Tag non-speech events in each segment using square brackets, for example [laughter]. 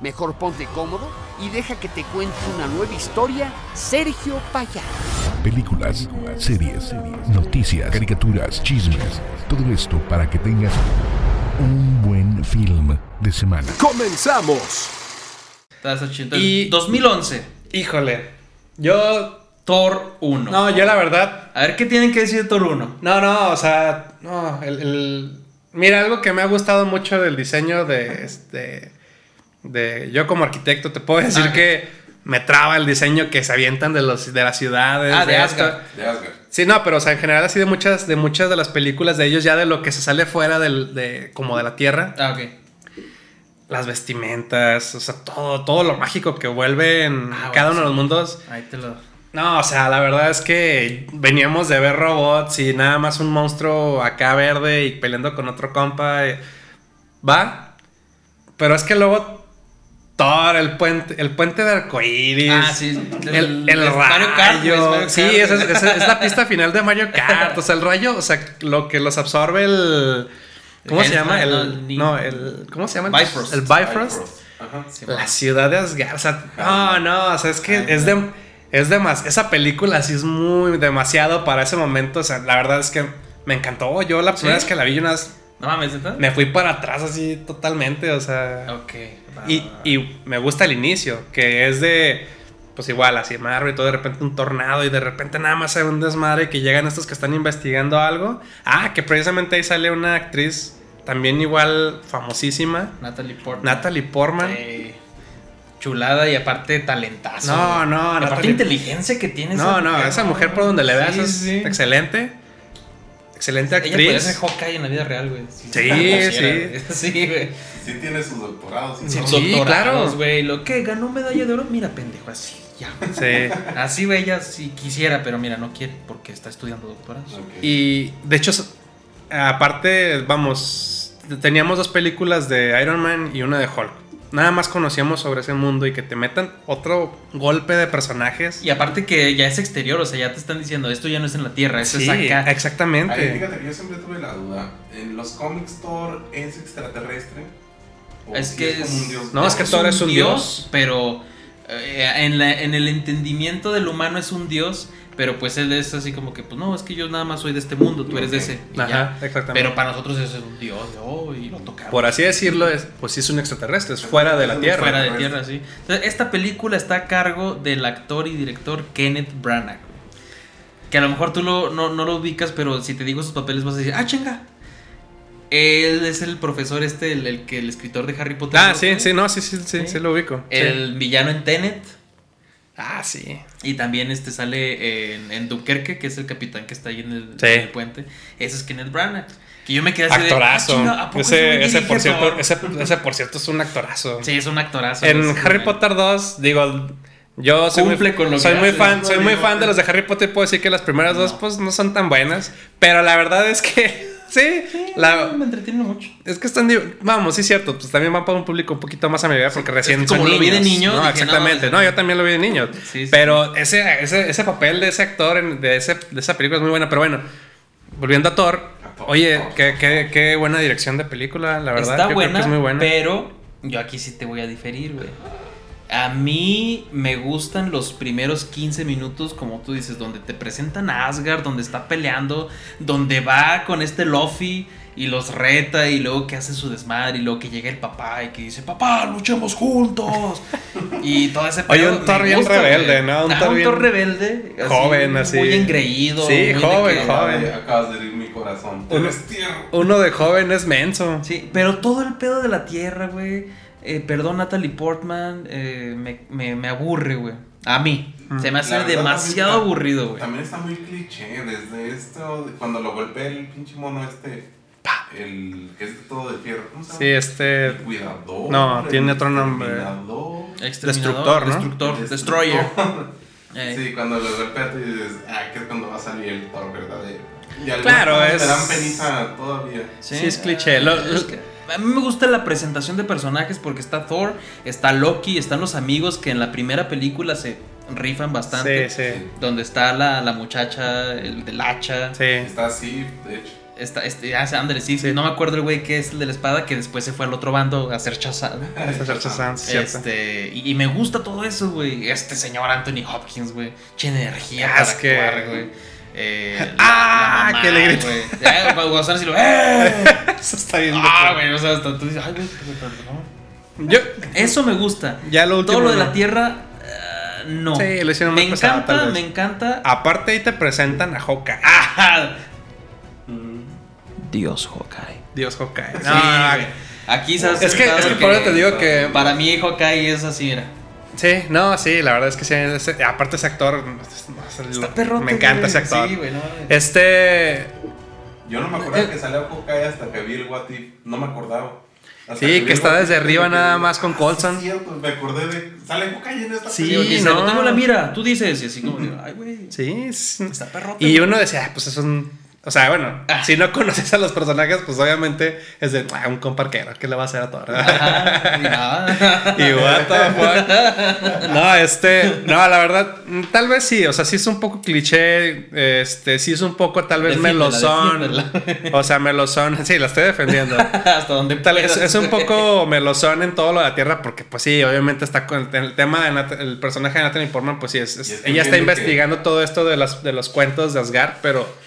Mejor ponte cómodo y deja que te cuente una nueva historia Sergio Payá. Películas, series, noticias, caricaturas, chismes. Todo esto para que tengas un buen film de semana. ¡Comenzamos! Estás 80. Y- 2011, Híjole. Yo. Thor Ah. 1. No, yo la verdad. A ver qué tienen que decir de Thor 1. No, no, o sea. No, el. el- Mira, algo que me ha gustado mucho del diseño de este. De, yo como arquitecto te puedo decir Ah, ok. que me traba el diseño que se avientan de, los, de las ciudades. Ah, de esto. Asgard. De Asgard. Sí, no, pero o sea, en general así de muchas, de muchas de las películas de ellos, ya de lo que se sale fuera del, de, como de la tierra, Ah, ok. las vestimentas, o sea, todo, todo lo mágico que vuelve en Ah, cada bueno, uno de los sí. mundos. Ahí te lo. No, o sea, la verdad es que veníamos de ver robots y nada más un monstruo acá verde y peleando con otro compa. y- Va. Pero es que luego Thor, el puente, el puente de arcoíris. Ah, sí. El, el, es rayo. Mario Kart, güey, es Mario sí, Kart. esa es, esa es la pista final de Mario Kart. O sea, el rayo, o sea, lo que los absorbe el. ¿Cómo El se llama? Hellfire, El, ¿no? El- no, el. ¿Cómo se llama? Bifrost. El Bifrost. Ajá. Sí, La ciudad de Asgard. O sea, no, no, o sea, es que es de. Es de más. Esa película sí es muy demasiado para ese momento. O sea, la verdad es que me encantó. Yo la primera ¿Sí? vez que la vi, unas. No mames, ¿neta? Me fui para atrás así totalmente. O sea. Ok. va, Y, va, va. y me gusta el inicio, que es de, pues igual, así amarro y todo, de repente un tornado y de repente nada más hay un desmadre que llegan estos que están investigando algo. Ah, que precisamente ahí sale una actriz también igual famosísima, Natalie Portman. Natalie Portman. Sí. Chulada y aparte talentazo. No, güey. no, Y Aparte Natalie- inteligencia que tiene No, no, esa mujer por donde le veas Sí, es sí. excelente. Excelente Ella podría ser actriz. Hawkeye en la vida real, güey. Si Sí, la sí. pusiera, güey. [laughs] Sí, güey. Sí tiene sus doctorados. y Sí, todo. claro. güey. Lo que ganó medalla de oro, mira, pendejo, así, ya. Sí. Así, güey, ella sí quisiera, pero mira, no quiere porque está estudiando doctoras. Ok. Y de hecho, s- aparte, vamos, teníamos dos películas de Iron Man y una de Hulk. Nada más conocíamos sobre ese mundo y que te metan otro golpe de personajes. Y aparte que ya es exterior, o sea, ya te están diciendo, esto ya no es en la Tierra, esto Sí, es acá. Ahí, exactamente. fíjate que yo siempre tuve la duda. ¿En los cómics Thor es extraterrestre? ¿O Es sí que como un es, dios? No, es que Thor es un dios. pero eh, en, la- en el entendimiento del humano es un dios, pero pues él es así como que, pues no, es que yo nada más soy de este mundo, tú eres de ese. y Ajá, ya. exactamente. Pero para nosotros eso es un dios, ¿no? y lo tocamos. Por así decirlo, es, pues sí es un extraterrestre, es fuera de la Tierra. Fuera de ¿no? tierra, sí. Entonces, esta película está a cargo del actor y director Kenneth Branagh. güey. Que a lo mejor tú lo- no, no lo ubicas, pero si te digo sus papeles vas a decir, ah, chinga. Él es el profesor este, el, el que el escritor de Harry Potter. Ah, ¿no? sí, sí, no, sí, sí, sí, Sí. sí lo ubico. Sí. El villano en Tenet. Ah, sí. Y también este sale en, en Dunkerque, que es el capitán que está ahí en el, Sí. en el puente. Ese es Kenneth Branagh. Que yo me quedé así de, Actorazo. "Ah, chinga, ¿a poco ese ese, güey ese, por dirige cierto, Thor?" ese, ese, por cierto, es un actorazo. Sí, es un actorazo. En es- Harry Potter 2, digo, yo soy Cumple muy, con lo que soy muy hace. eh. fan, soy muy fan de los de Harry Potter y puedo decir que las primeras dos No. pues no son tan buenas, pero la verdad es que [laughs] sí, la- Me entretiene mucho. es que están di- vamos, sí es cierto, pues también van para un público un poquito más amigable porque recién es que como son lo vi de niños, niño, ¿no? dije, exactamente. no, No, yo también lo vi de niño, Sí, sí. pero ese, ese ese papel de ese actor en- de ese de esa película es muy buena, pero bueno, volviendo a Thor, A Thor, oye, Thor. qué, qué, qué buena dirección de película, la verdad, Está yo buena, creo que es muy buena. pero yo aquí sí te voy a diferir, güey. A mí me gustan los primeros 15 minutos, como tú dices, donde te presentan a Asgard, donde está peleando, donde va con este Lofi y los reta y luego que hace su desmadre y luego que llega el papá y que dice, papá, Ah, luchemos [laughs] juntos. y todo ese Oye, pedo un me Thor bien gusta, güey. rebelde, ¿no? Un Ajá, Thor un bien Thor rebelde. joven, así. Muy engreído. Sí, muy de joven, que- joven. Ay, Acabas de herir mi corazón. Te Uno- ves tierno. Uno de joven es menso. Sí, pero todo el pedo de la tierra, güey. eh, perdón, Natalie Portman. eh, me, me- me aburre, güey. A mí. Mm. Se me hace La verdad, demasiado también- aburrido, güey. También está muy cliché desde esto, de cuando lo golpea el pinche mono este, el que es todo de fierro. ¿Cómo se Sí, llama? este. El cuidador. no, el tiene otro nombre. exterminador, Exterminador, Destructor, ¿no? Destructor, el [laughs] Destroyer. Eh, Sí, cuando lo golpea tú dices, ah, que es cuando va a salir el Thor verdadero. Y algunos Claro, Thor Te es- dan peniza todavía. Sí, es cliché. Lo- eh, es que a mí me gusta la presentación de personajes porque está Thor, está Loki, están los amigos que en la primera película se rifan bastante. Sí, sí. Donde está la, la muchacha, el del hacha. Sí. Está así, de hecho. Está, este, ah, ándale, sí, sí. No me acuerdo el güey que es el de la espada, que después se fue al otro bando a ser chazado. Este, y, y me gusta todo eso, güey. Este señor Anthony Hopkins, güey. Che energía Ah, para es que- actuar, güey. [laughs] Eh, la- Ah, la mamá, que le grita. güey. Eh, Cuando cuando están así, lo. [laughs] ¡Eh! [laughs] Eso está bien. Ah, loco. güey, o sea, hasta tú dices, ay, güey, pero no. Yo, Eso me gusta. ya lo último. Todo lo de no. la tierra, eh, no. Sí, lo hicieron me muy pesado, encanta, tal vez. Ah. me encanta. Aparte ahí te presentan a Hawkeye. Ajá. Dios, Hawkeye. Dios ¿eh? Hawkeye. Sí, No, ah, no, no. güey. Aquí sabes es que, es que por eso te digo que. Para mí, Hawkeye es así, mira. Sí, no, sí, la verdad es que sí. ese- aparte ese actor. no, no, Está lo- perrote, Me encanta güey. ese actor. Sí, güey, no mames. Este. Yo no me acordaba que salió Hawkeye hasta que vi el What If. No me acordaba. Hasta Sí, vi que el está What desde If, arriba que- nada más con Ah, Coulson. Sí, cierto, me acordé de. Sale Hawkeye en esta Sí, Digo, que película. dice, no. no tengo la mira, tú dices. Y así como, digo, ay, güey. Sí. es- Está perrote. Y güey. uno decía, ah, pues es un. O sea, bueno, Ah. si no conoces a los personajes, pues obviamente es de "Ah, un comparquero, ¿qué le va a hacer a todo? Ajá, y nada. [laughs] Y what the fuck. [laughs] No, este, no, la verdad, mm, tal vez sí, o sea, sí es un poco cliché, este, sí es un poco tal vez Defiéndela, melosón. defiéndela. O sea, melosón, [laughs] sí, la estoy defendiendo. [laughs] Hasta donde Tal vez puedas, es un güey. poco melosón en todo lo de la tierra, porque pues sí, obviamente está con el, el tema del el personaje de Natalie Portman, pues sí, es, es- Y es que ella está entiende que- investigando todo esto de, las, de los cuentos de Asgard, pero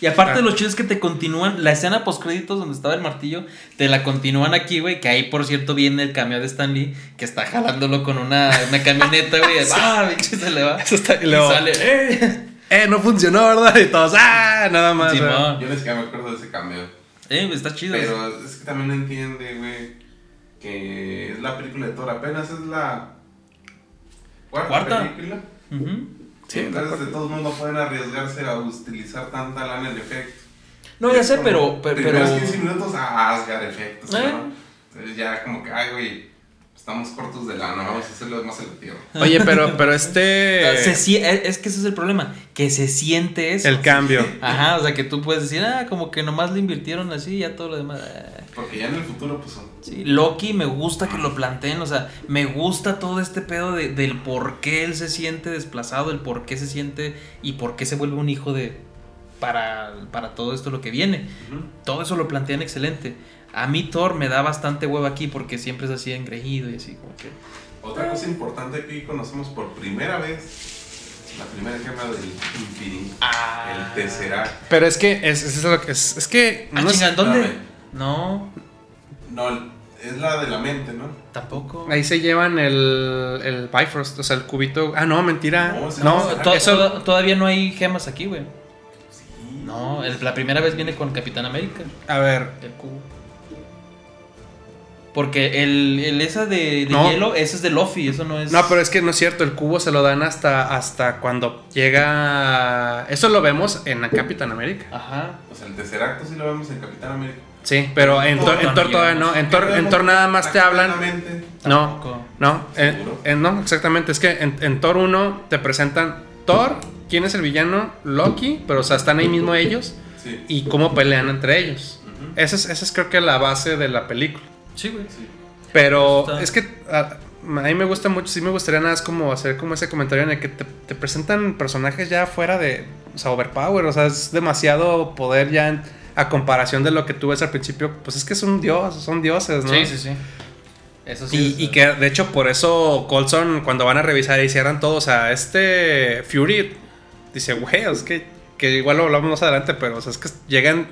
Y Ah. aparte, los chidos que te continúan. La escena post créditos donde estaba el martillo, te la continúan aquí, güey. Que ahí, por cierto, viene el cameo de Stanley, que está jalándolo con una, una camioneta, güey. [laughs] ¡Ah, pinche se le va! Eso está- y y luego- sale, ¡eh! [laughs] eh, no funcionó, ¿verdad? Y todos, ah, nada más. Simón. ¿verdad? Yo ni siquiera me acuerdo de ese cambio. Eh, güey, está chido. Pero es que también entiende, güey, que es la película de Thor. Apenas es la cuarta, Cuarta. película. Ujú. Sí, Entonces, de todos modos, no pueden arriesgarse a utilizar tanta lana en efecto. No, ya sé, pero. pero, Primeros pero- 15 minutos ah, a Asgard efectos, ¿Eh? ¿no? Entonces ya como que, ay, güey, estamos cortos de lana, vamos a hacerlo más selectivo. Oye, pero, [laughs] pero se este... sie- es es que ese es el problema, que se siente eso. El cambio. Ajá, o sea que tú puedes decir, ah, como que nomás le invirtieron así y ya todo lo demás. ah. Porque ya en el futuro, pues, Sí, Loki me gusta que lo planteen, o sea, me gusta todo este pedo de- del por qué él se siente desplazado, el por qué se siente y por qué se vuelve un hijo de... Para, para todo esto lo que viene. Todo eso lo plantean excelente. A mí Thor me da bastante hueva aquí porque siempre es así engreído y así como que... Eh. Otra cosa importante que conocemos por primera vez, la primera gema del infinito, Ah. el Tesseract. Pero es que es, es, es lo que- es- es que Ah, no sé- chinga, ¿en ¿dónde? espérame. No, No, es la de la mente, ¿no? tampoco. ahí se llevan el, el Bifrost, o sea, el cubito. Ah, no, mentira. No, ese No, no es- To- eso toda- todavía no hay gemas aquí, güey. No, el- la primera vez viene con Capitán América, a ver, el cubo. Porque el, el esa de, de No. hielo, ese es de Luffy, eso no es. no, pero es que no es cierto, el cubo se lo dan hasta hasta cuando llega Eso lo vemos en la Capitán América. Ajá. O sea, el Tesseract sí lo vemos en Capitán América. Sí, pero en, Thor- en Thor todavía no, en Thor, en Thor nada más te hablan. Exactamente. No, Tampoco. no, en- ¿Seguro? en- no, exactamente, es que en, en Thor 1 te presentan Thor, quién es el villano, Loki, pero o sea, están ahí mismo ellos. Sí. y cómo pelean entre ellos. Ujú. Esa es, esa es creo que la base de la película. Sí, güey. Sí. Pero Está. es que a, a mí me gusta mucho, sí me gustaría nada más como hacer como ese comentario en el que te, te presentan personajes ya fuera de, o sea, overpower, o sea, es demasiado poder ya en- a comparación de lo que tú ves al principio, pues es que es un dios, son dioses, Pues ¿no? Sí, sí, sí. Eso sí. Y, es- y que de hecho por eso Colson cuando van a revisar y cierran todo, o sea, este Fury dice, güey, es que, que igual lo hablamos más adelante, pero o sea, es que llegan,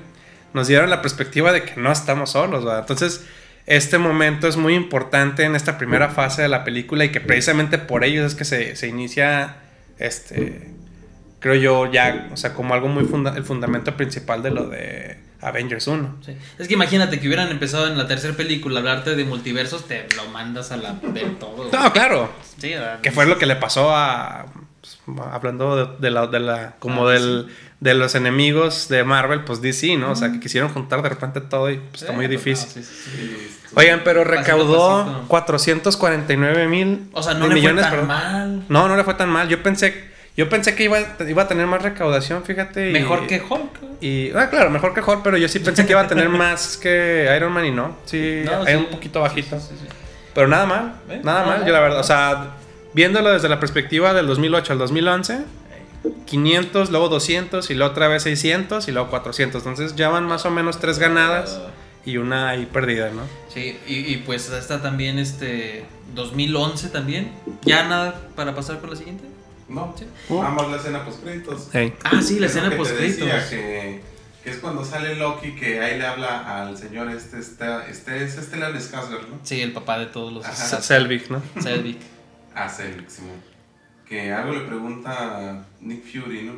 nos dieron la perspectiva de que no estamos solos, ¿verdad? Entonces, este momento es muy importante en esta primera fase de la película y que precisamente por ello es que se, se inicia, este, creo yo, ya, o sea, como algo muy funda- el fundamento principal de lo de Avengers 1. Sí. Es que imagínate que hubieran empezado en la tercera película a hablarte de multiversos, te lo mandas a la del todo. güey. No, claro, Sí, a- que fue lo que le pasó a pues, hablando de, de la de la como Ah, del de los enemigos de Marvel pues DC no o sea que quisieron juntar de repente todo y pues, está Sí, muy pues, difícil no, sí, sí, sí. oigan pero Pasito a recaudó pasito. 449 mil O sea, no le fue tan mal. no no le fue tan mal yo pensé yo pensé que iba, iba a tener más recaudación fíjate y- Mejor que Hulk. güey. y ah, claro mejor que Hulk pero yo sí pensé que iba a tener [laughs] más que Iron Man y no sí No, hay sí. un poquito bajito Sí, sí, sí. pero nada mal, ¿Eh? nada Nada mal, mal, yo la verdad, nada o sea, viéndolo desde la perspectiva del 2008 al 2011, 500, luego 200 y luego otra vez 600 y luego 400. Entonces ya van más o menos tres ganadas y una ahí perdida, ¿no? Sí, y, y pues está también este 2011 también. Ya nada para pasar con la siguiente. No, Sí. Oh. nada más la escena post créditos. Hey. Ah, sí, la Es lo escena que te post créditos. decía, Que, que es cuando sale Loki que ahí le habla al señor este, este, este es Stellan Skarsgård, ¿no? Sí, el papá de todos los Ajá. Selvig, ¿no? Selvig. A Cedric, Simón. Que algo le pregunta a Nick Fury, ¿no?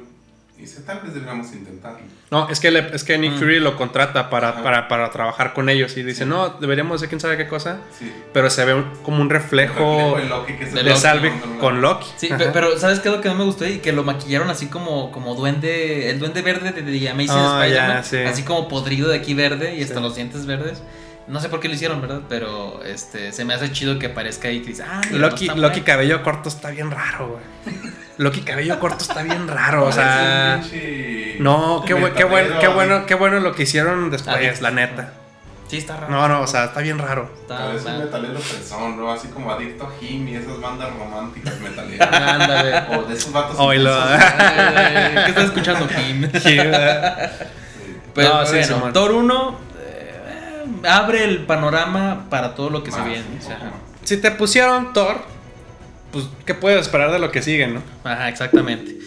Y dice, tal vez deberíamos intentarlo. No, es que, le- es que Nick Mm. Fury lo contrata para, Ajá. para, para trabajar con ellos y dice, no, deberíamos de quién sabe qué cosa, Sí. pero se ve un- como un reflejo de Loki que es de el de Loki, Selvig con Loki. Sí, Ajá. pe- pero ¿sabes qué es lo que no me gustó? Y que lo maquillaron así como, como duende, el duende verde de The Amazing Ah, Spider-Man. ya, sí. Así como podrido de aquí verde y hasta Sí. los dientes verdes. No sé por qué lo hicieron, ¿verdad? Pero este se me hace chido que aparezca ahí y que dice, ah, mira, no Loki, está Loki mal. cabello corto está bien raro, güey. Loki cabello corto está bien raro, o [laughs] Parece sea... un pinche No, qué, bu- qué, bueno, qué, metadero, bueno, qué bueno lo que hicieron después, Adictos. la neta. Sí, está raro. No, no, o sea, está bien raro. Está Parece un mal. metalero presón, ¿no? Así como adicto a Jim y esas bandas románticas metaleras. [laughs] Ándale. o de esos vatos. Oilo. intensos, Ay, ¿Qué estás escuchando, Kim? Sí, ¿verdad? ¿no? Pero No, sí, bueno, Simón. Thor 1 eh, abre el panorama para todo lo que se Más, viene. un o sea, poco ajá. más. si te pusieron Thor, pues, ¿qué puedes esperar de lo que sigue, no? Ajá, exactamente.